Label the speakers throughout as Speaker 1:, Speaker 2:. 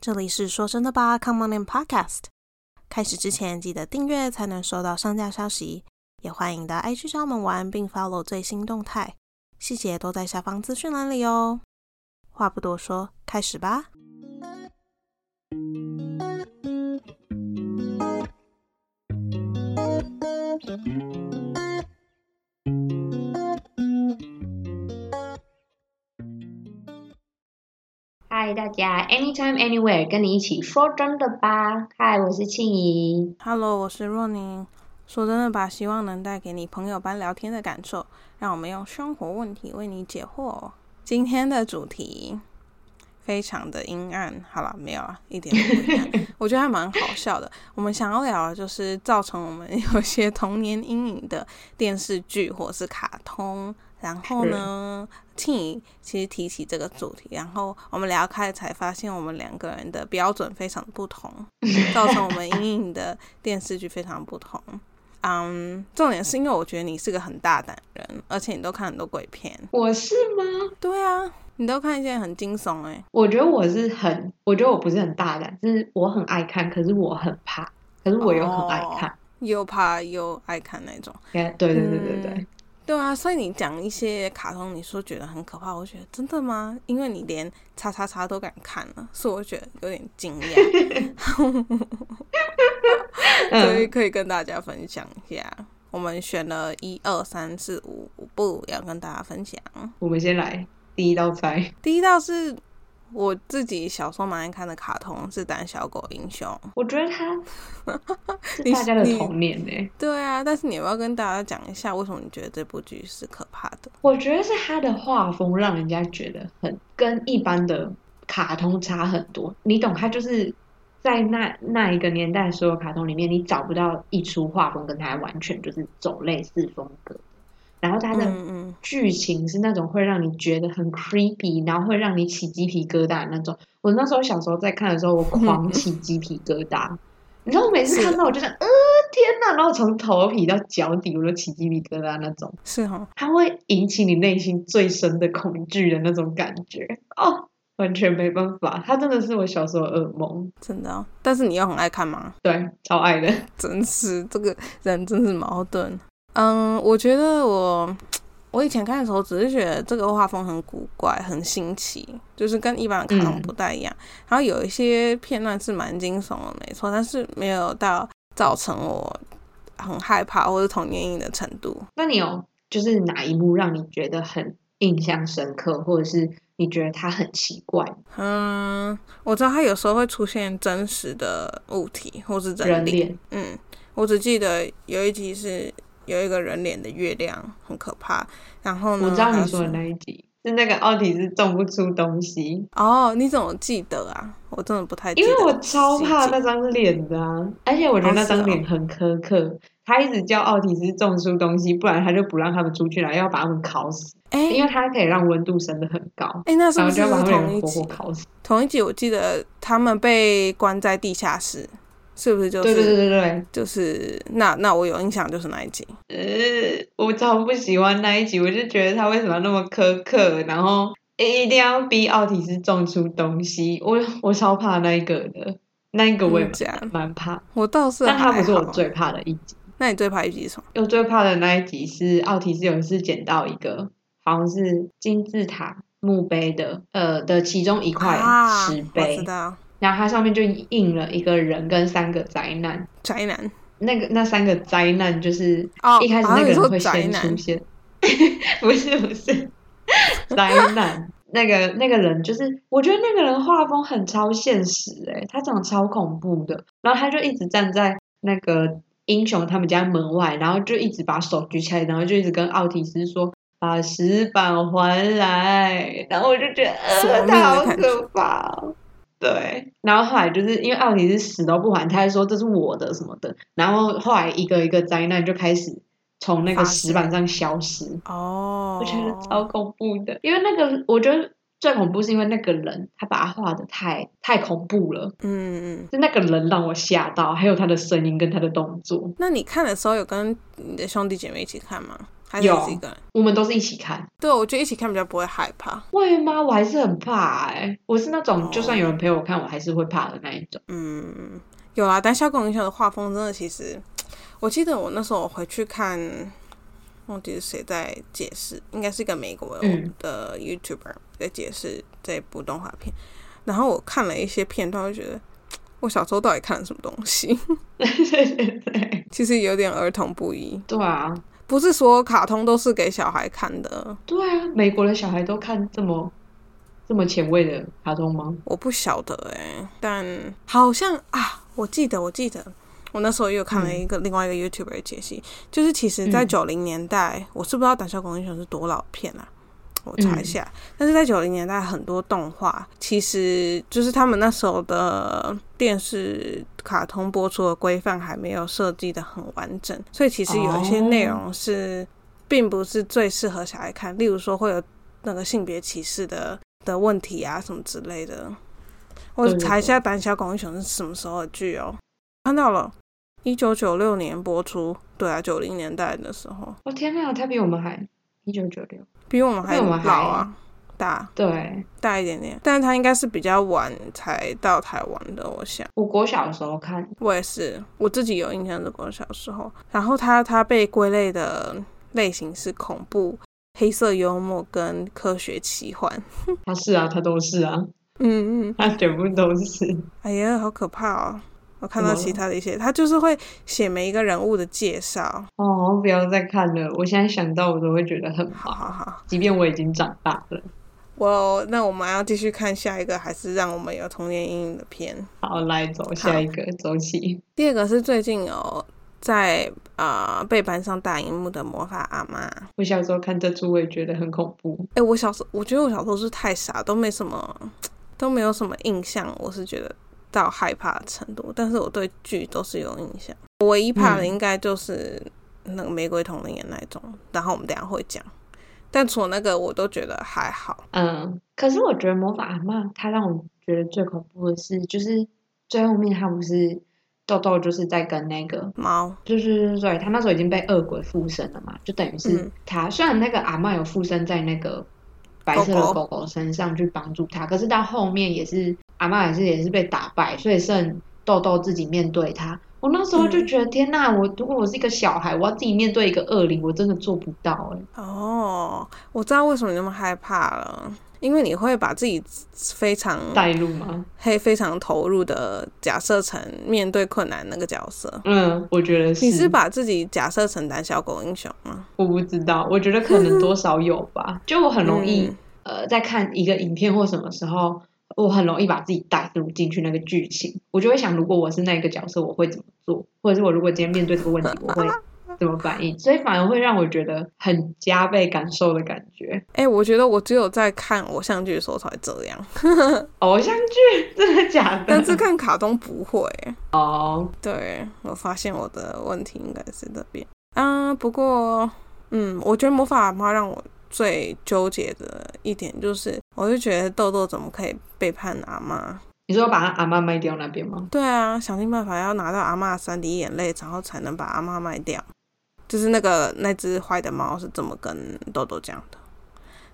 Speaker 1: 这里是说真的吧，Come on in Podcast。开始之前记得订阅才能收到上架消息，也欢迎到 IG 找我们玩，并 follow 最新动态，细节都在下方资讯栏里哦。话不多说，开始吧。
Speaker 2: 嗨，大家，anytime anywhere，跟你一起说真的吧。嗨，我是庆怡。
Speaker 1: Hello，我是若宁。说真的吧，希望能带给你朋友般聊天的感受，让我们用生活问题为你解惑。哦今天的主题非常的阴暗，好了，没有啊，一点都不阴暗，我觉得还蛮好笑的。我们想要聊的就是造成我们有些童年阴影的电视剧或是卡通。然后呢，庆怡其实提起这个主题，然后我们聊开才发现，我们两个人的标准非常不同，造成我们阴影的电视剧非常不同。嗯、重点是因为我觉得你是个很大胆人，而且你都看很多鬼片。
Speaker 2: 我是吗？
Speaker 1: 对啊，你都看一些很惊悚哎、
Speaker 2: 我觉得我是很，我觉得我不是很大胆，是我很爱看，可是我很怕，可是我又很爱看。
Speaker 1: 又怕又爱看那种。
Speaker 2: 对对对对对对
Speaker 1: 嗯，对啊，所以你讲一些卡通，你说觉得很可怕，我觉得真的吗？因为你连叉叉叉都敢看了，所以我觉得有点惊 讶，所以
Speaker 2: 嗯，
Speaker 1: 可以跟大家分享一下。我们选了一二三四五五部要跟大家分享。
Speaker 2: 嗯我们先来第一道菜。
Speaker 1: 第一道是我自己小时候蛮爱看的卡通，是《胆小狗英雄》。
Speaker 2: 我觉得它是
Speaker 1: 你
Speaker 2: 大家的
Speaker 1: 你
Speaker 2: 童年呢、
Speaker 1: 对啊，但是你要不要跟大家讲一下，为什么你觉得这部剧是可怕的？
Speaker 2: 我觉得是他的画风让人家觉得很跟一般的卡通差很多，你懂？他就是在那那一个年代所有卡通里面，你找不到一出画风跟他完全就是走类似风格的。然后他的
Speaker 1: 嗯嗯，
Speaker 2: 剧情是那种会让你觉得很 creepy，然后会让你起鸡皮疙瘩那种。我那时候小时候在看的时候，我狂起鸡皮疙瘩。你知道我每次
Speaker 1: 嗯是
Speaker 2: 看到我就想，呃，天呐！然后从头皮到脚底我都起鸡皮疙瘩那种。
Speaker 1: 是哦，
Speaker 2: 它会引起你内心最深的恐惧的那种感觉哦，完全没办法，它真的是我小时候的噩梦，
Speaker 1: 真的、哦。但是你又很爱看吗？
Speaker 2: 对，超爱的，
Speaker 1: 真是这个人真是矛盾。嗯，我觉得我我以前看的时候，只是觉得这个画风很古怪、很新奇，就是跟一般的卡通
Speaker 2: 嗯
Speaker 1: 不太一样。然后有一些片段是蛮惊悚的，没错，但是没有到造成我很害怕或者童年阴影的程度。
Speaker 2: 那你有就是哪一幕让你觉得很印象深刻，或者是你觉得它很奇怪，
Speaker 1: 嗯，我知道它有时候会出现真实的物体或是真
Speaker 2: 人
Speaker 1: 理。
Speaker 2: 脸
Speaker 1: 嗯，我只记得有一集是有一个人脸的月亮，很可怕。然后呢，
Speaker 2: 我知道
Speaker 1: 还有
Speaker 2: 你说的
Speaker 1: 什么
Speaker 2: 那一集是那个奥体是种不出东西，
Speaker 1: 哦，你怎么记得啊？我真的不太记
Speaker 2: 因
Speaker 1: 得细
Speaker 2: 为
Speaker 1: 节，
Speaker 2: 我超怕那张脸的啊，而且我觉得
Speaker 1: 哦
Speaker 2: 那
Speaker 1: 是
Speaker 2: 张
Speaker 1: 哦
Speaker 2: 脸很苛刻。他一直叫奥体斯种出东西，不然他就不让他们出去了，要把他们烤死。
Speaker 1: 哎
Speaker 2: 因为它可以让温度升得很高，
Speaker 1: 哎，那是
Speaker 2: 然
Speaker 1: 不
Speaker 2: 后
Speaker 1: 是
Speaker 2: 就要把
Speaker 1: 是
Speaker 2: 它
Speaker 1: 同
Speaker 2: 们
Speaker 1: 一
Speaker 2: 活活
Speaker 1: 集？
Speaker 2: 烤死。
Speaker 1: 同一集我记得他们被关在地下室，是不是就是
Speaker 2: 对对对对
Speaker 1: 就是那那我有印象就是那一集。
Speaker 2: 对，呃，我超不喜欢那一集，我就觉得他为什么要那么苛刻，然后一定要逼奥提斯种出东西，我我超怕那一个的，那一个我也
Speaker 1: 嗯这样
Speaker 2: 蛮怕，
Speaker 1: 我倒是
Speaker 2: 但他不
Speaker 1: 还
Speaker 2: 是我
Speaker 1: 好欸
Speaker 2: 最怕的一集，
Speaker 1: 那你最怕一集是什么？
Speaker 2: 我最怕的那一集是奥提斯有一次捡到一个好像是金字塔墓碑的呃的其中一块
Speaker 1: 啊，
Speaker 2: 石
Speaker 1: 我
Speaker 2: 碑，
Speaker 1: 知道，
Speaker 2: 然后它上面就印了一个人跟三个灾难，
Speaker 1: 宅男
Speaker 2: 那个那三个灾难就是
Speaker 1: 哦，
Speaker 2: 一开始
Speaker 1: 好像
Speaker 2: 那
Speaker 1: 你
Speaker 2: 个人
Speaker 1: 说
Speaker 2: 会
Speaker 1: 宅
Speaker 2: 先出
Speaker 1: 男
Speaker 2: 现， 不是不是灾难，那个那个人就是我觉得那个人画风很超现实诶、他长得超恐怖的，然后他就一直站在那个英雄他们家门外，然后就一直把手举起来，然后就一直跟奥提斯说。把石板还来，然后我就觉得，
Speaker 1: 索
Speaker 2: 呃，
Speaker 1: 命的
Speaker 2: 他好
Speaker 1: 感觉
Speaker 2: 可怕哦、对，然后后来就是因为奥尼是死都不还，他还说这是我的什么的，然后后来一个一个灾难就开始从那个
Speaker 1: 发
Speaker 2: 石
Speaker 1: 生
Speaker 2: 板上消失，
Speaker 1: 哦，
Speaker 2: 我觉得超恐怖的，因为那个我觉得最恐怖是因为那个人他把他画的太太恐怖了，
Speaker 1: 嗯嗯。
Speaker 2: 就那个人让我吓到，还有他的声音跟他的动作，
Speaker 1: 那你看的时候有跟你的兄弟姐妹一起看吗？还是你
Speaker 2: 有
Speaker 1: 自己一个人？
Speaker 2: 我们都是一起看。
Speaker 1: 对，我觉得一起看比较不会害怕。
Speaker 2: 会吗？我还是很怕哎、我是那种
Speaker 1: 哦
Speaker 2: 就算有人陪我看，我还是会怕的那一 种。
Speaker 1: 嗯，有啦，但小狗英雄的画风真的，其实我记得我那时候我回去看，忘记是谁在解释，应该是一个美国
Speaker 2: 嗯
Speaker 1: 的 YouTuber 在解释这部动画片，然后我看了一些片段，我就觉得我小时候到底看了什么东西，
Speaker 2: 对对对，
Speaker 1: 其实有点儿童不宜，
Speaker 2: 对啊，
Speaker 1: 不是说卡通都是给小孩看的，
Speaker 2: 对啊，美国的小孩都看这么这么前卫的卡通吗？
Speaker 1: 我不晓得哎、但好像啊，我记得，我记得，我那时候又看了一个、另外一个 YouTuber 的解析，就是其实，在
Speaker 2: 嗯
Speaker 1: 九零年代，我是不知道《胆小狗英雄》是多老片啊。我查一下，
Speaker 2: 嗯
Speaker 1: 但是在九零年代，很多动画其实就是他们那时候的电视卡通播出的规范还没有设计的很完整，所以其实有一些
Speaker 2: 哦
Speaker 1: 内容是并不是最适合小孩看，例如说会有那个性别歧视的的问题啊什么之类的。我
Speaker 2: 对对
Speaker 1: 查一下《胆小狗英雄》是什么时候的剧哦，看到了，一九九六年播出，对啊，九零年代的时候，
Speaker 2: 哦天哪，他比我们还一九九六，
Speaker 1: 比我们还
Speaker 2: 比我们还
Speaker 1: 老啊，大
Speaker 2: 对
Speaker 1: 大一点点，但是他应该是比较晚才到台湾的，我想。
Speaker 2: 我国小的时候看，
Speaker 1: 我也是，我自己有印象，是我小时候。然后它它被归类的类型是恐怖、黑色幽默跟科学奇幻。
Speaker 2: 他是啊，他都是啊，
Speaker 1: 嗯嗯，
Speaker 2: 他全部都是。
Speaker 1: 哎呀，好可怕哦！我看到
Speaker 2: 怎么了
Speaker 1: 其他的一些，他就是会写每一个人物的介绍。
Speaker 2: 哦，不要再看了，我现在想到我都会觉得很
Speaker 1: 好
Speaker 2: 麻
Speaker 1: 好好，
Speaker 2: 即便我已经长大了。
Speaker 1: 我那我们要继续看下一个，还是让我们有童年阴影的片？
Speaker 2: 好，来走下一个，走起。
Speaker 1: 第二个是最近有在啊、呃被搬上大荧幕的《魔法阿妈》。
Speaker 2: 我小时候看这出，我也觉得很恐怖。
Speaker 1: 哎、我小时候，我觉得我小时候是太傻，都没什么，都没有什么印象。我是觉得到害怕的程度，但是我对剧都是有印象。我唯一怕的
Speaker 2: 嗯
Speaker 1: 应该就是那个《玫瑰童林》的那一种，然后我们等一下会讲。但除了那个，我都觉得还好。
Speaker 2: 嗯，可是我觉得魔法阿嬷她让我觉得最恐怖的是，就是最后面她不是豆豆就是在跟那个
Speaker 1: 猫，
Speaker 2: 对对对对，他那时候已经被恶鬼附身了嘛，就等于是
Speaker 1: 嗯
Speaker 2: 他、虽然那个阿嬷有附身在那个白色的狗狗身上去帮助他，可是到后面也是阿嬷也是也是被打败，所以剩豆豆自己面对他。我那时候就
Speaker 1: 嗯
Speaker 2: 觉得、天呐，我如果我是一个小孩，我要自己面对一个恶灵，我真的做不到哎、
Speaker 1: 哦，我知道为什么你那么害怕了，因为你会把自己非常
Speaker 2: 带路吗？
Speaker 1: 黑、非常投入的假设成面对困难那个角色。
Speaker 2: 嗯，我觉得
Speaker 1: 你是
Speaker 2: 是
Speaker 1: 把自己假设成胆小狗英雄吗？
Speaker 2: 我不知道，我觉得可能多少有吧。就我很容易、
Speaker 1: 嗯
Speaker 2: 呃，在看一个影片或什么时候，我很容易把自己带入进去那个剧情，我就会想，如果我是那个角色，我会怎么做，或者是我如果今天面对这个问题，我会怎么反应，所以反而会让我觉得很加倍感受的感觉。
Speaker 1: 哎、我觉得我只有在看偶像剧的时候才会这样，
Speaker 2: 偶像剧真的假的？
Speaker 1: 但是看卡通不会。
Speaker 2: 哦，
Speaker 1: 对我发现我的问题应该是这边。嗯，不过，嗯，我觉得魔法阿妈让我最纠结的一点就是，我就觉得豆豆怎么可以背叛阿妈？
Speaker 2: 你说把他阿妈卖掉那边吗？
Speaker 1: 对啊，想尽办法要拿到阿妈三滴眼泪，然后才能把阿妈卖掉。就是那个那只坏的猫是怎么跟豆豆讲的？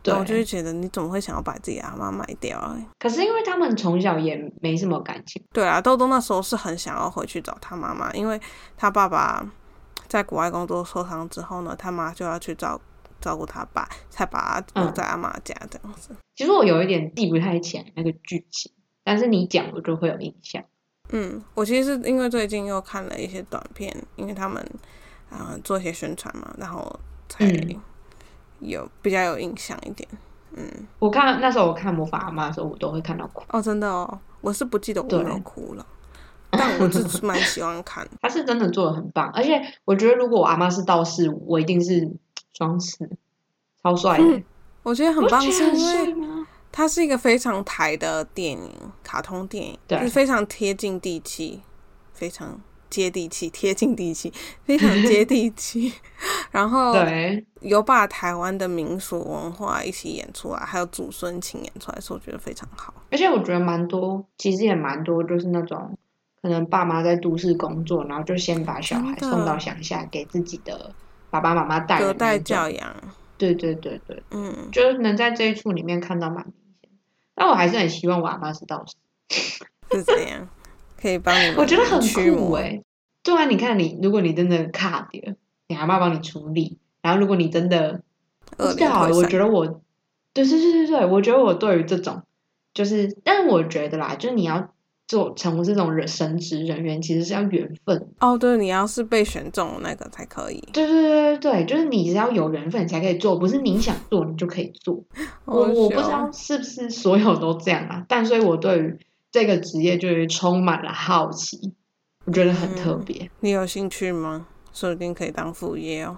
Speaker 2: 对，
Speaker 1: 我就会觉得你怎么会想要把自己的阿妈卖掉、啊？
Speaker 2: 可是因为他们从小也没什么感情，
Speaker 1: 对啊，豆豆那时候是很想要回去找他妈妈，因为他爸爸在国外工作受伤之后呢，他妈就要去照照顾他爸，才把
Speaker 2: 嗯
Speaker 1: 他留在阿妈家这样子。
Speaker 2: 其实我有一点记不太起来那个剧情，但是你讲我就会有印象。
Speaker 1: 嗯，我其实是因为最近又看了一些短片，因为他们啊、呃做一些宣传嘛，然后才
Speaker 2: 嗯
Speaker 1: 有、比较有印象一点。嗯，
Speaker 2: 我看那时候我看魔法阿妈的时候，我都会看到哭。
Speaker 1: 哦，真的哦，我是不记得我有没有
Speaker 2: 对
Speaker 1: 哭了，但我是蛮喜欢看的。
Speaker 2: 他是真的做的很棒，而且我觉得如果我阿妈是道士，我一定是双死，超帅的，
Speaker 1: 嗯我觉得 很
Speaker 2: 不
Speaker 1: 棒，
Speaker 2: 觉
Speaker 1: 是
Speaker 2: 得很
Speaker 1: 因为
Speaker 2: 帅吗？
Speaker 1: 它是一个非常台的电影，卡通电影，
Speaker 2: 对
Speaker 1: 就是非常贴近地气，非常接地气，贴近地气， 非常接地气。 然后
Speaker 2: 对，
Speaker 1: 有把台湾的民俗文化一起演出来，还有祖孙情演出来，所以我觉得非常好。
Speaker 2: 而且我觉得蛮多，其实也蛮多，就是那种可能爸妈在都市工作，然后就先把小孩
Speaker 1: 真的
Speaker 2: 送到乡下给自己的爸爸妈妈带的
Speaker 1: 隔代
Speaker 2: 那种
Speaker 1: 教养，
Speaker 2: 对对对对，
Speaker 1: 嗯，
Speaker 2: 就是能在这一处里面看到蛮明显。但我还是很希望我阿妈是道士，
Speaker 1: 是这 样，可以帮你们
Speaker 2: 我觉得很
Speaker 1: 驱
Speaker 2: 酷
Speaker 1: 魔
Speaker 2: 哎、对啊，你看你，如果你真的卡点，你阿妈帮你处理，然后如果你真的不
Speaker 1: 恶
Speaker 2: 知
Speaker 1: 灵
Speaker 2: 道欸，我
Speaker 1: 退散。
Speaker 2: 觉得我，对对对对对，我觉得我对于这种，就是，但我觉得啦，就是你要做成为这种人神职人员，其实是要缘分。
Speaker 1: 哦，对，你要是被选中的那个才可以。
Speaker 2: 对对对对对，就是你是要有缘分你才可以做，不是你想做你就可以做。我
Speaker 1: 好
Speaker 2: 我不
Speaker 1: 笑哦
Speaker 2: 知道是不是所有都这样啊，但所以我对于这个职业就是充满了好奇，我觉得很特
Speaker 1: 嗯
Speaker 2: 别。
Speaker 1: 你有兴趣吗？说不定可以当副业哦，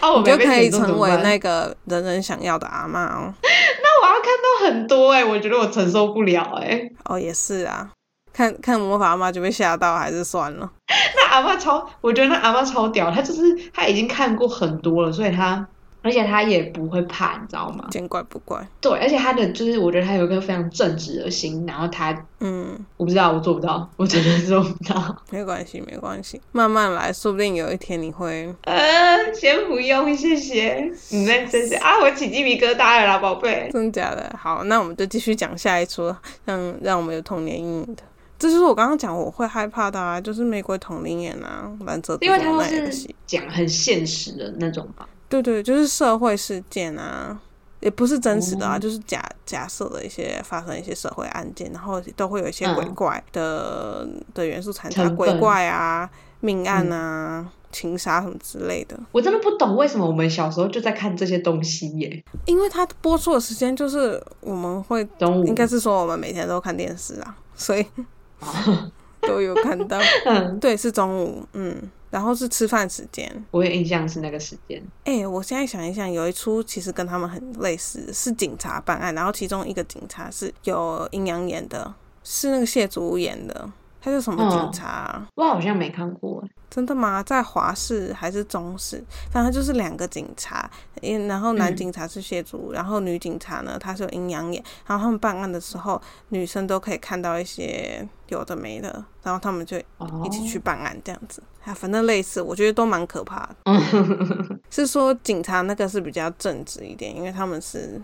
Speaker 2: 啊，我
Speaker 1: 你
Speaker 2: 没
Speaker 1: 就
Speaker 2: 被
Speaker 1: 可
Speaker 2: 选
Speaker 1: 以
Speaker 2: 中怎
Speaker 1: 成
Speaker 2: 么
Speaker 1: 为
Speaker 2: 办
Speaker 1: 那个人人想要的阿嬷哦。
Speaker 2: 那我要看到很多哎、我觉得我承受不了哎、
Speaker 1: 哦，也是啊，看看魔法阿嬷就被吓到，还是算了。
Speaker 2: 那阿妈超，我觉得那阿妈超屌，她就是她已经看过很多了，所以她，而且她也不会怕，你知道吗？
Speaker 1: 见怪不怪。
Speaker 2: 对，而且她的就是我觉得她有一颗非常正直的心，然后她
Speaker 1: 嗯，
Speaker 2: 我不知道我做不到，我真的做不到。
Speaker 1: 没关系，没关系，慢慢来，说不定有一天你会。
Speaker 2: 呃，先不用，谢谢。你那真 是啊，我起鸡皮疙瘩了啦，宝贝。
Speaker 1: 真的假的？好，那我们就继续讲下一出，让让我们有童年阴影的。这就是我刚刚讲我会害怕的啊，就是玫瑰同龄眼啊，蓝色
Speaker 2: 因为他
Speaker 1: 毒
Speaker 2: 都
Speaker 1: 奶那
Speaker 2: 是
Speaker 1: 些
Speaker 2: 讲很现实的那种吧，
Speaker 1: 对对，就是社会事件啊，也不是真实的啊，
Speaker 2: 哦
Speaker 1: 就是假假设的一些发生一些社会案件，然后都会有一些
Speaker 2: 嗯
Speaker 1: 鬼怪的、的元素掺杂，
Speaker 2: 成
Speaker 1: 鬼
Speaker 2: 分嗯
Speaker 1: 怪啊、命案啊、情杀什么之类的。
Speaker 2: 我真的不懂为什么我们小时候就在看这些东西耶。
Speaker 1: 因为它播出的时间就是我们会，
Speaker 2: 中午
Speaker 1: 应该是说我们每天都看电视啊，所以 都有看到。
Speaker 2: 哦嗯，
Speaker 1: 对，是中午，嗯，然后是吃饭时间。
Speaker 2: 我有印象是那个时间。
Speaker 1: 哎、我现在想一想，有一出其实跟他们很类似，是警察办案，然后其中一个警察是有阴阳眼的，是那个谢祖演的，他叫什么警
Speaker 2: 嗯
Speaker 1: 察啊、
Speaker 2: 我好像没看过耶，
Speaker 1: 真的吗？在华视还是中视？反正就是两个警察，因然后男
Speaker 2: 嗯
Speaker 1: 警察是谢祖，然后女警察呢，她是有阴阳眼。然后他们办案的时候，女生都可以看到一些有的没的，然后他们就
Speaker 2: 哦，
Speaker 1: 一起去办案这样子。啊，反正类似，我觉得都蛮可怕的。
Speaker 2: 嗯，
Speaker 1: 是说警察那个是比较正直一点，因为他们是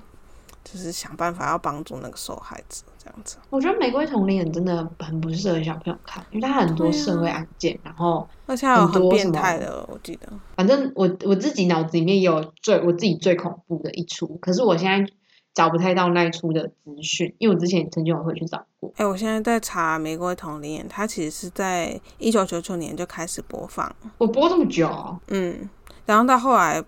Speaker 1: 就是想办法要帮助那个受害者这样子，
Speaker 2: 我觉得《玫瑰童林》真的很不适合小朋友看，因为它很多
Speaker 1: 对啊
Speaker 2: 社会案件，然后
Speaker 1: 而且还有
Speaker 2: 很
Speaker 1: 很
Speaker 2: 多
Speaker 1: 变
Speaker 2: 什么
Speaker 1: 态的，我记得。
Speaker 2: 反正我我自己脑子里面也有最我自己最恐怖的一出，可是我现在找不太到那一出的资讯，因为我之前曾经有回去找过。
Speaker 1: 哎、我现在在查《玫瑰童林眼》，它其实是在一九九九年就开始播放，
Speaker 2: 我播这么久，
Speaker 1: 嗯，然后到后来，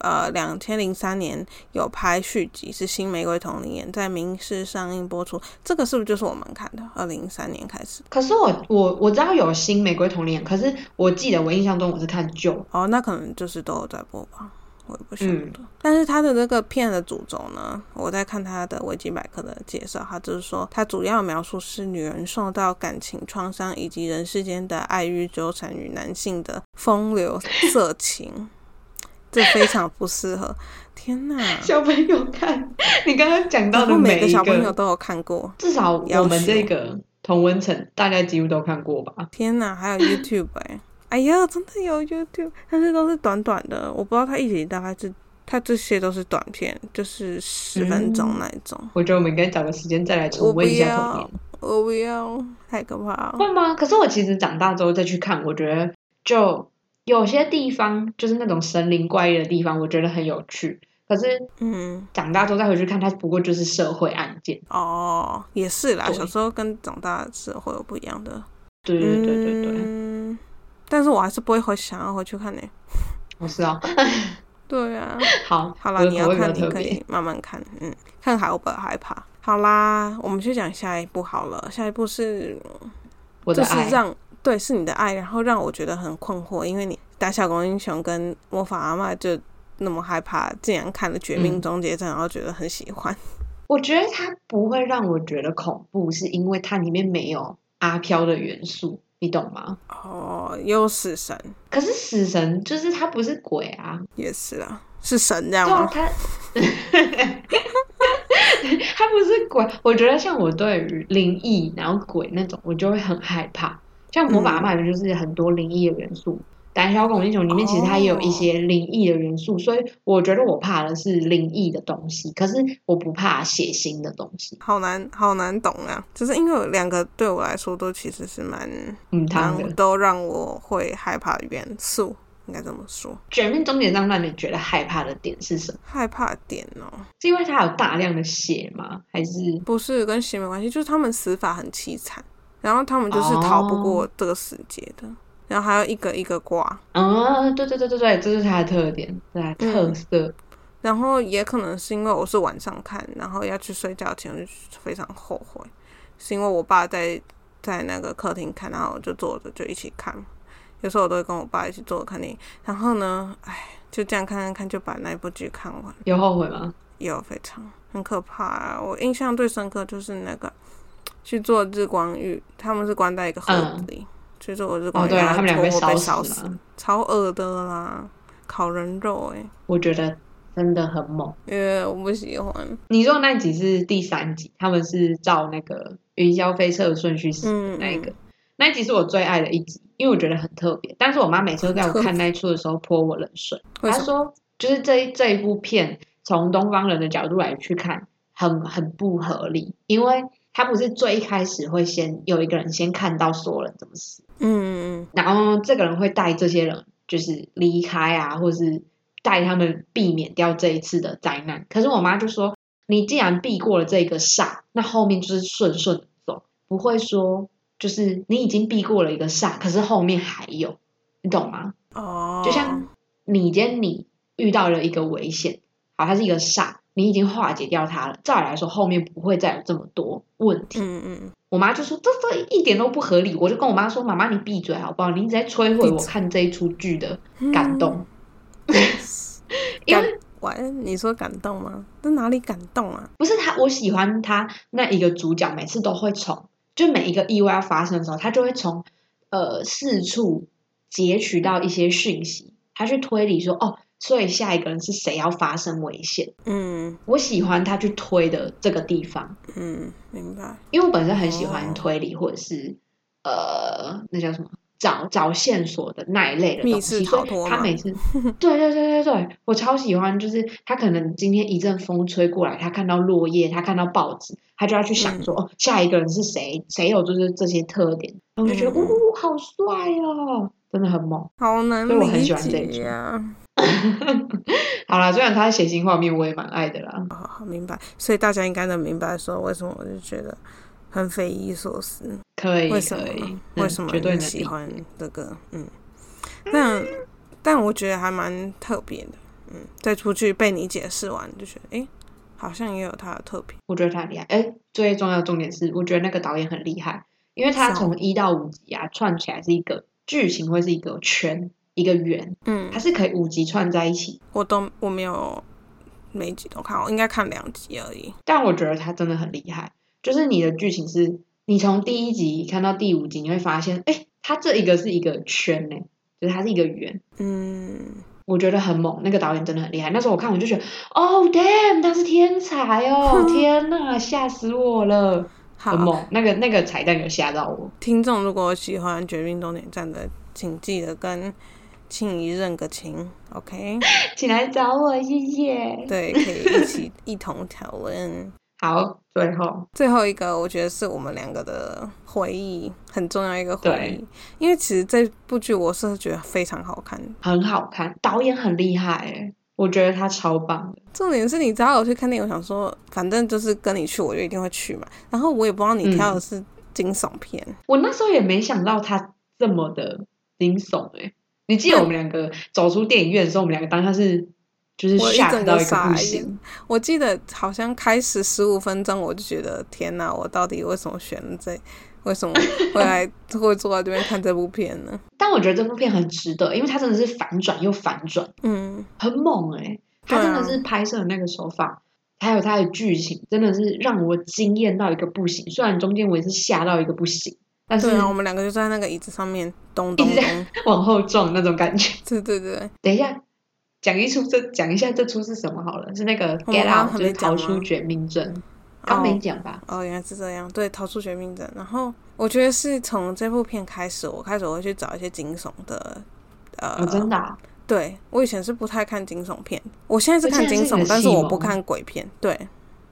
Speaker 1: 呃，两千零三年有拍续集是《新玫瑰童林眼》，在明视上映播出，这个是不是就是我们看的？二零零三年开始，
Speaker 2: 可是我我我知道有新《玫瑰童林》，可是我记得我印象中我是看旧，
Speaker 1: 哦，那可能就是都有在播吧。我也不晓
Speaker 2: 嗯
Speaker 1: 得，但是它的那个片的主轴呢，我在看它的维基百科的介绍，它就是说，它主要描述是女人受到感情创伤以及人世间的爱欲纠缠与男性的风流色情，这非常不适合。天哪！
Speaker 2: 小朋友看。你刚刚讲
Speaker 1: 嗯
Speaker 2: 到
Speaker 1: 然
Speaker 2: 的
Speaker 1: 后每
Speaker 2: 一
Speaker 1: 小朋友都有看过。
Speaker 2: 至少
Speaker 1: 要哦
Speaker 2: 我们
Speaker 1: 求
Speaker 2: 这个同温层大家几乎都看过吧。
Speaker 1: 天哪，还有 YouTube 哎、哎呀，真的有 YouTube，但是都是短短的，我不知道它一集大概是，它这些都是短片，就是十分钟
Speaker 2: 嗯
Speaker 1: 那一种。
Speaker 2: 我觉得我们应该找个时间再来重温一下童
Speaker 1: 我
Speaker 2: 年
Speaker 1: 不，我不要，太可怕了。
Speaker 2: 会吗？可是我其实长大之后再去看，我觉得就有些地方就是那种神灵怪异的地方，我觉得很有趣。可是
Speaker 1: 嗯，
Speaker 2: 长大之后再回去看，它不过就是社会案件。
Speaker 1: 哦，也是啦，
Speaker 2: 对
Speaker 1: 小时候跟长大是会有不一样的。
Speaker 2: 对对对对对，
Speaker 1: 嗯，但是我还是不会回想要回去看呢、
Speaker 2: 我是啊。
Speaker 1: 对啊，
Speaker 2: 好，
Speaker 1: 好啦，
Speaker 2: 我的
Speaker 1: 你
Speaker 2: 口
Speaker 1: 要
Speaker 2: 味比较
Speaker 1: 看你
Speaker 2: 特
Speaker 1: 可
Speaker 2: 别。
Speaker 1: 以慢慢看，嗯，看好不害怕。好啦，我们去讲下一步好了，下一步是
Speaker 2: 我的
Speaker 1: 就是
Speaker 2: 爱，
Speaker 1: 让对是你的爱，然后让我觉得很困惑，因为你打小公英雄跟魔法阿嬷就那么害怕，竟然看了《绝命
Speaker 2: 嗯
Speaker 1: 终结战》然后觉得很喜欢。
Speaker 2: 我觉得它不会让我觉得恐怖，是因为它里面没有阿飘的元素，你懂吗？
Speaker 1: 哦，又死神
Speaker 2: 可是死神就是他不是鬼啊，
Speaker 1: 也是啊，是神这样
Speaker 2: 对啊，
Speaker 1: 吗？
Speaker 2: 他 他不是鬼，我觉得像我对于灵异然后鬼那种，我就会很害怕。像魔法阿嬷就是很多灵异的元素，胆小狗英雄》里面其实它也有一些灵异的元素，所以我觉得我怕的是灵异的东西，可是我不怕血腥的东西。
Speaker 1: 好难，好难懂啊！就是因为有两个对我来说都其实是蛮
Speaker 2: 嗯，他的
Speaker 1: 蛮都让我会害怕的元素，应该这么说。
Speaker 2: 《绝命终结站》让你觉得害怕的点是什么？
Speaker 1: 害怕点哦，
Speaker 2: 是因为它有大量的血吗？还是
Speaker 1: 不是跟血没关系，就是他们死法很凄惨，然后他们就是逃不过这个死结的，然后还要一个一个挂，
Speaker 2: 啊、对对对对对，这是它的特点，是它的特色。
Speaker 1: 然后也可能是因为我是晚上看，然后要去睡觉前我就非常后悔，是因为我爸在在那个客厅看，然后我就坐着就一起看。有时候我都会跟我爸一起坐着看电影，然后呢，哎，就这样看看看，就把那一部剧看完，
Speaker 2: 有后悔吗？
Speaker 1: 有非常很可怕、啊。我印象最深刻就是那个去做日光浴，他们是关在一个盒子里，去做日光
Speaker 2: 哦，
Speaker 1: 浴，
Speaker 2: 对啊，
Speaker 1: 然
Speaker 2: 他
Speaker 1: 后
Speaker 2: 们两个
Speaker 1: 结果被烧
Speaker 2: 烧
Speaker 1: 死，
Speaker 2: 了，
Speaker 1: 超恶的啦，烤人肉哎、
Speaker 2: 我觉得真的很猛。
Speaker 1: 因为我不喜欢。
Speaker 2: 你说的那集是第三集，他们是照那个云霄飞车的顺序死的
Speaker 1: 嗯，
Speaker 2: 那一个，那一集是我最爱的一集，因为我觉得很特别。但是我妈每次都 在我看那一出的时候泼我冷水，
Speaker 1: 嗯为
Speaker 2: 她
Speaker 1: 什么？
Speaker 2: 说啊就是这一这一部片从东方人的角度来去看，很很不合理，因为他不是最一开始会先有一个人先看到所有人怎么死，
Speaker 1: 嗯，
Speaker 2: 然后这个人会带这些人就是离开啊，或是带他们避免掉这一次的灾难。可是我妈就说，你既然避过了这个煞，那后面就是顺顺的走，不会说就是你已经避过了一个煞，可是后面还有，你懂吗？
Speaker 1: 哦，
Speaker 2: 就像你今天你遇到了一个危险，好，它是一个煞，你已经化解掉它了，照理来说后面不会再有这么多问题。
Speaker 1: 嗯嗯，
Speaker 2: 我妈就说这这一点都不合理，我就跟我妈说：“妈妈，你闭嘴好不好？你一直在摧毁
Speaker 1: 闭
Speaker 2: 我
Speaker 1: 嘴
Speaker 2: 看这一出剧的
Speaker 1: 嗯
Speaker 2: 感动。因
Speaker 1: 感
Speaker 2: 为
Speaker 1: 完，你说感动吗？这哪里感动啊？
Speaker 2: 不是他，我喜欢他那一个主角，每次都会从就每一个意外要发生的时候，他就会从呃四处截取到一些讯息，他去推理说哦，所以下一个人是谁要发生危险。
Speaker 1: 嗯
Speaker 2: 我喜欢他去推的这个地方，
Speaker 1: 嗯，明白。
Speaker 2: 因为我本身很喜
Speaker 1: 哦
Speaker 2: 欢推理或者是呃，那叫什么找找线索的那一类的
Speaker 1: 密
Speaker 2: 东
Speaker 1: 室
Speaker 2: 西，
Speaker 1: 逃
Speaker 2: 所以
Speaker 1: 脱
Speaker 2: 他
Speaker 1: 吗
Speaker 2: 每 次对对对对对，我超喜欢，就是他可能今天一阵风吹过来，他看到落叶，他看到报纸，他就要去
Speaker 1: 嗯
Speaker 2: 想说、哦，下一个人是谁，谁有就是这些特点，然后我就觉得
Speaker 1: 嗯
Speaker 2: 呜、好帅哦，真的很猛。
Speaker 1: 好难
Speaker 2: 所以我很
Speaker 1: 理
Speaker 2: 喜欢这一
Speaker 1: 解啊呀、
Speaker 2: 好啦，虽然他的血腥画面我也蛮爱的啦，
Speaker 1: 好好哦明白，所以大家应该能明白说为什么我就觉得很匪夷所思，
Speaker 2: 可以
Speaker 1: 为什
Speaker 2: 可
Speaker 1: 么
Speaker 2: 以，
Speaker 1: 为
Speaker 2: 嗯
Speaker 1: 什么
Speaker 2: 绝对
Speaker 1: 你
Speaker 2: 能
Speaker 1: 喜
Speaker 2: 理
Speaker 1: 欢这个？嗯，那但我觉得还蛮特别的。嗯，再出去被你解释完，就觉得诶，好像也有它的特别。
Speaker 2: 我觉得他很厉害。哎，最重要的重点是，我觉得那个导演很厉害，因为他
Speaker 1: 是哦
Speaker 2: 从一到五集啊串起来是一个剧情，会是一个圈一个圆，
Speaker 1: 嗯
Speaker 2: 它，是可以五集串在一起。
Speaker 1: 我都我没有每一集都看，我应该看两集而已。
Speaker 2: 但我觉得他真的很厉害，就是你的剧情是，你从第一集看到第五集，你会发现，哎，它这一个是一个圈呢、就是它是一个圆。
Speaker 1: 嗯，
Speaker 2: 我觉得很猛，那个导演真的很厉害。那时候我看我就觉得，Oh damn，他是天才 哦！天呐，吓死我了，
Speaker 1: 好
Speaker 2: 很，猛。那个那个彩蛋有吓到我。
Speaker 1: 听众如果喜欢《绝命终点站》的，请记得跟庆怡认个情，OK？
Speaker 2: 请来找我，谢 谢。
Speaker 1: 对，可以一起一同讨论。
Speaker 2: 好，最后
Speaker 1: 最后一个，我觉得是我们两个的回忆，很重要一个回忆
Speaker 2: 对。
Speaker 1: 因为其实这部剧我是觉得非常好看，
Speaker 2: 很好看，导演很厉害哎，我觉得他超棒的。
Speaker 1: 重点是你只要我去看电影，我想说，反正就是跟你去，我就一定会去嘛。然后我也不知道你挑的是惊悚片，
Speaker 2: 我那时候也没想到他这么的惊悚哎。你记得我们两个走出电影院的时候，我们两个当下是就是
Speaker 1: 我一
Speaker 2: 吓
Speaker 1: 整
Speaker 2: 到
Speaker 1: 个
Speaker 2: 一个
Speaker 1: 傻
Speaker 2: 不
Speaker 1: 眼
Speaker 2: 行。
Speaker 1: 我记得好像开始十五分钟，我就觉得天哪，我到底为什么选这？为什么会来 会坐在这边看这部片呢？
Speaker 2: 但我觉得这部片很值得，因为它真的是反转又反转，
Speaker 1: 嗯，
Speaker 2: 很猛哎、它
Speaker 1: 对
Speaker 2: 真
Speaker 1: 啊
Speaker 2: 的是拍摄的那个手法，还有它的剧情，真的是让我惊艳到一个不行。虽然中间我也是吓到一个不行，但是
Speaker 1: 对啊，我们两个就在那个椅子上面咚咚
Speaker 2: 一直
Speaker 1: 咚
Speaker 2: 在，往后撞那种感觉。
Speaker 1: 对对对，
Speaker 2: 等一下，讲一出这讲一下这出是什么好了？是那个
Speaker 1: 哦我们
Speaker 2: Get
Speaker 1: 刚刚
Speaker 2: Out，
Speaker 1: 还
Speaker 2: 就是
Speaker 1: 没讲
Speaker 2: 逃
Speaker 1: 吗
Speaker 2: 出绝命镇，刚没
Speaker 1: 哦
Speaker 2: 讲吧？
Speaker 1: 哦，原来是这样，对，逃出绝命镇。然后我觉得是从这部片开始，我开始会去找一些惊悚的呃，
Speaker 2: 哦，真的啊、
Speaker 1: 对我以前是不太看惊悚片，我现在是
Speaker 2: 我
Speaker 1: 看
Speaker 2: 现在
Speaker 1: 惊
Speaker 2: 是很
Speaker 1: 悚，但是
Speaker 2: 细
Speaker 1: 我
Speaker 2: 吗
Speaker 1: 不看鬼片。对，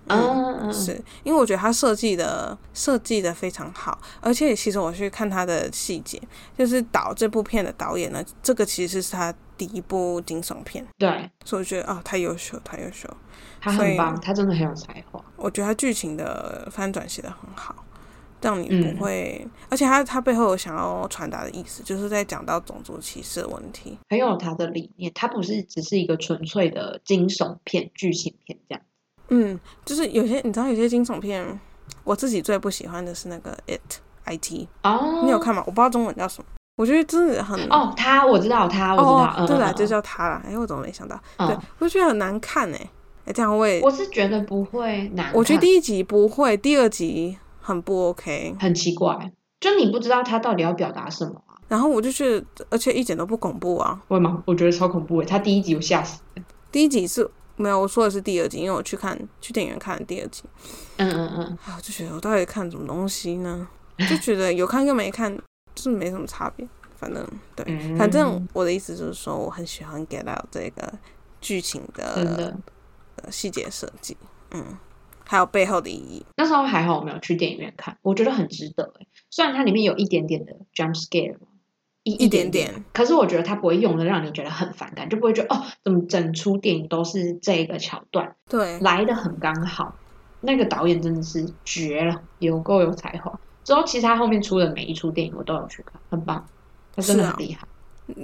Speaker 2: 嗯嗯，
Speaker 1: 是因为我觉得它设计的设计的非常好，而且其实我去看它的细节，就是导这部片的导演呢，这个其实是他第一部惊悚片，
Speaker 2: 对，
Speaker 1: 所以我觉得哦，太优秀，太优秀。
Speaker 2: 他
Speaker 1: 所
Speaker 2: 很
Speaker 1: 以
Speaker 2: 棒，他真的很有才华。
Speaker 1: 我觉得它剧情的翻转写的很好，让你
Speaker 2: 嗯
Speaker 1: 不会，而且它它背后有想要传达的意思，就是在讲到种族歧视的问题。
Speaker 2: 很有他的理念，他不是只是一个纯粹的惊悚片、剧情片这样。
Speaker 1: 嗯，就是有些你知道，有些惊悚片，我自己最不喜欢的是那个 It I T，
Speaker 2: 哦，
Speaker 1: 你有看吗？我不知道中文叫什么，我觉得真的很
Speaker 2: 哦，他我知道，他我知道，
Speaker 1: 哦，
Speaker 2: 嗯
Speaker 1: 对
Speaker 2: 嗯
Speaker 1: 啦，
Speaker 2: 嗯
Speaker 1: 就叫他啦。哎，我怎么没想到？
Speaker 2: 嗯
Speaker 1: 对，我觉得很难看哎、哎，这样我也，
Speaker 2: 我是觉得不会难看，
Speaker 1: 我觉得第一集不会，第二集很不 OK，
Speaker 2: 很奇怪，就你不知道他到底要表达什么啊。
Speaker 1: 然后我就觉得，而且一点都不恐怖啊。
Speaker 2: 会吗？我觉得超恐怖诶，欸他第一集我吓死。
Speaker 1: 第一集是没有，我说的是第二集，因为我去看去电影院看了第二集，
Speaker 2: 嗯嗯嗯，
Speaker 1: 啊，我就觉得我到底看什么东西呢？就觉得有看跟没看就是没什么差别，反正对，
Speaker 2: 嗯
Speaker 1: 反正我的意思就是说，我很喜欢 Get Out 这个剧情
Speaker 2: 真
Speaker 1: 的
Speaker 2: 的，
Speaker 1: 呃细节设计，嗯，还有背后的意义。
Speaker 2: 那时候还好我没有去电影院看，我觉得很值得诶。虽然它里面有一点点的 jump scare，一
Speaker 1: 一点
Speaker 2: 点
Speaker 1: 点，
Speaker 2: 可是我觉得它不会用的让你觉得很反感，就不会觉得哦，怎么整出电影都是这个桥段，
Speaker 1: 对，
Speaker 2: 来的很刚好。那个导演真的是绝了，有够有才华。之后其实他后面出的每一出电影我都有去看，很棒，他真的
Speaker 1: 是啊
Speaker 2: 很厉害。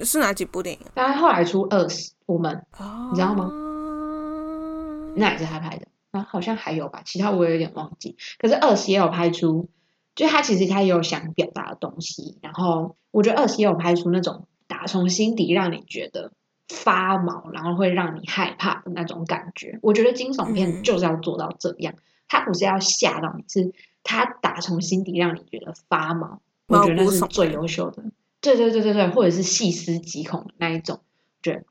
Speaker 1: 是哪几部电影？
Speaker 2: 但他后来出《饿死我们》，
Speaker 1: 哦
Speaker 2: 你知道吗
Speaker 1: 吗？
Speaker 2: 那也是他拍的，然后好像还有吧，其他我有点忘记。可是《饿死》也有拍出，就他其实他也有想表达的东西。然后我觉得《饿死》也有拍出那种打从心底让你觉得发毛，然后会让你害怕的那种感觉。我觉得惊悚
Speaker 1: 嗯
Speaker 2: 片就是要做到这样，它不是要吓到你，是它打从心底让你觉得发毛。我觉
Speaker 1: 毛
Speaker 2: 得那
Speaker 1: 骨
Speaker 2: 是
Speaker 1: 悚
Speaker 2: 最
Speaker 1: 然
Speaker 2: 优秀的。对对对对对，或者是细思极恐的那一种，觉得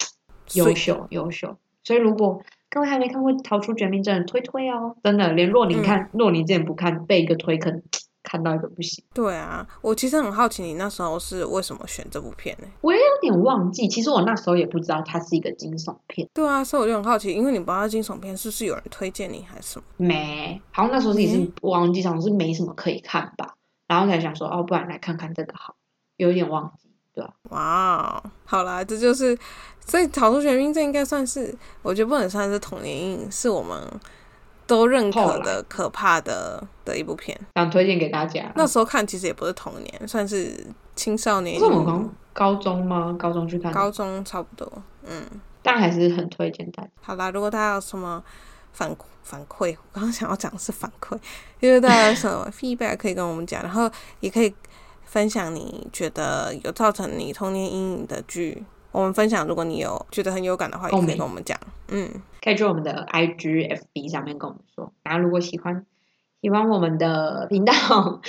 Speaker 1: 所
Speaker 2: 优
Speaker 1: 以
Speaker 2: 秀优秀。所以如果各位还没看过《逃出绝命镇》，推推哦，真的，连若琳
Speaker 1: 嗯
Speaker 2: 看，若琳之前不看，被一个推坑，看到一个不行。
Speaker 1: 对啊，我其实很好奇你那时候是为什么选这部片呢、
Speaker 2: 我也有点忘记，其实我那时候也不知道它是一个惊悚片，
Speaker 1: 对啊，所以我就很好奇，因为你不知道惊悚片是不是有人推荐你还是什么？
Speaker 2: 没，好像那时候自己
Speaker 1: 没
Speaker 2: 是我忘记，想是没什么可以看吧，然后才想说，哦，不然来看看这个好，有点忘记，对吧、
Speaker 1: 哇、哦，好啦，这就是，所以《逃出绝命镇》应该算是，我觉得不能算是童年阴影，是我们都认可
Speaker 2: 后嗯
Speaker 1: 的可怕的的一部片。
Speaker 2: 想推荐给大家。
Speaker 1: 那时候看其实也不是童年，算是青少年
Speaker 2: 不
Speaker 1: 阴
Speaker 2: 是我们
Speaker 1: 影，
Speaker 2: 刚高中吗？高中去看的，
Speaker 1: 高中差不多，嗯。
Speaker 2: 但还是很推荐大家。
Speaker 1: 好啦，如果大家有什么反馈反馈，我刚刚想要讲的是反馈，就是大家有什么 feedback 可以跟我们讲，然后也可以分享你觉得有造成你童年阴影的剧，我们分享。如果你有觉得很有感的话，也
Speaker 2: 共
Speaker 1: 可以
Speaker 2: 鸣
Speaker 1: 跟我们讲。嗯，
Speaker 2: 可以去我们的 IG、FB 上面跟我们说。然后如果喜欢喜欢我们的频道，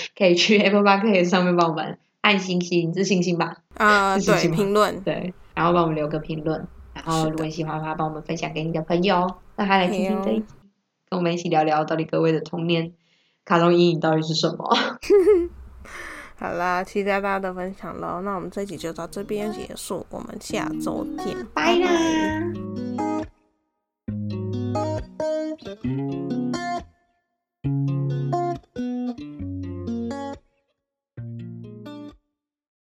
Speaker 2: 可以去 Apple Podcast 上面帮我们按星星，是星星吧？
Speaker 1: 啊、
Speaker 2: 是
Speaker 1: 对，
Speaker 2: 什么
Speaker 1: 评论
Speaker 2: 对，然后帮我们留个评论。然
Speaker 1: 是
Speaker 2: 后
Speaker 1: 的
Speaker 2: 如果你喜欢的话，帮我们分享给你的朋友，让他来听
Speaker 1: 哎呦
Speaker 2: 听这一集，跟我们一起聊聊到底各位的童年卡通阴影到底是什么。
Speaker 1: 好啦，期待大家的分享喽。那我们这一集就到这边结束，我们下周见，
Speaker 2: 拜
Speaker 1: 拜拜
Speaker 2: 啦！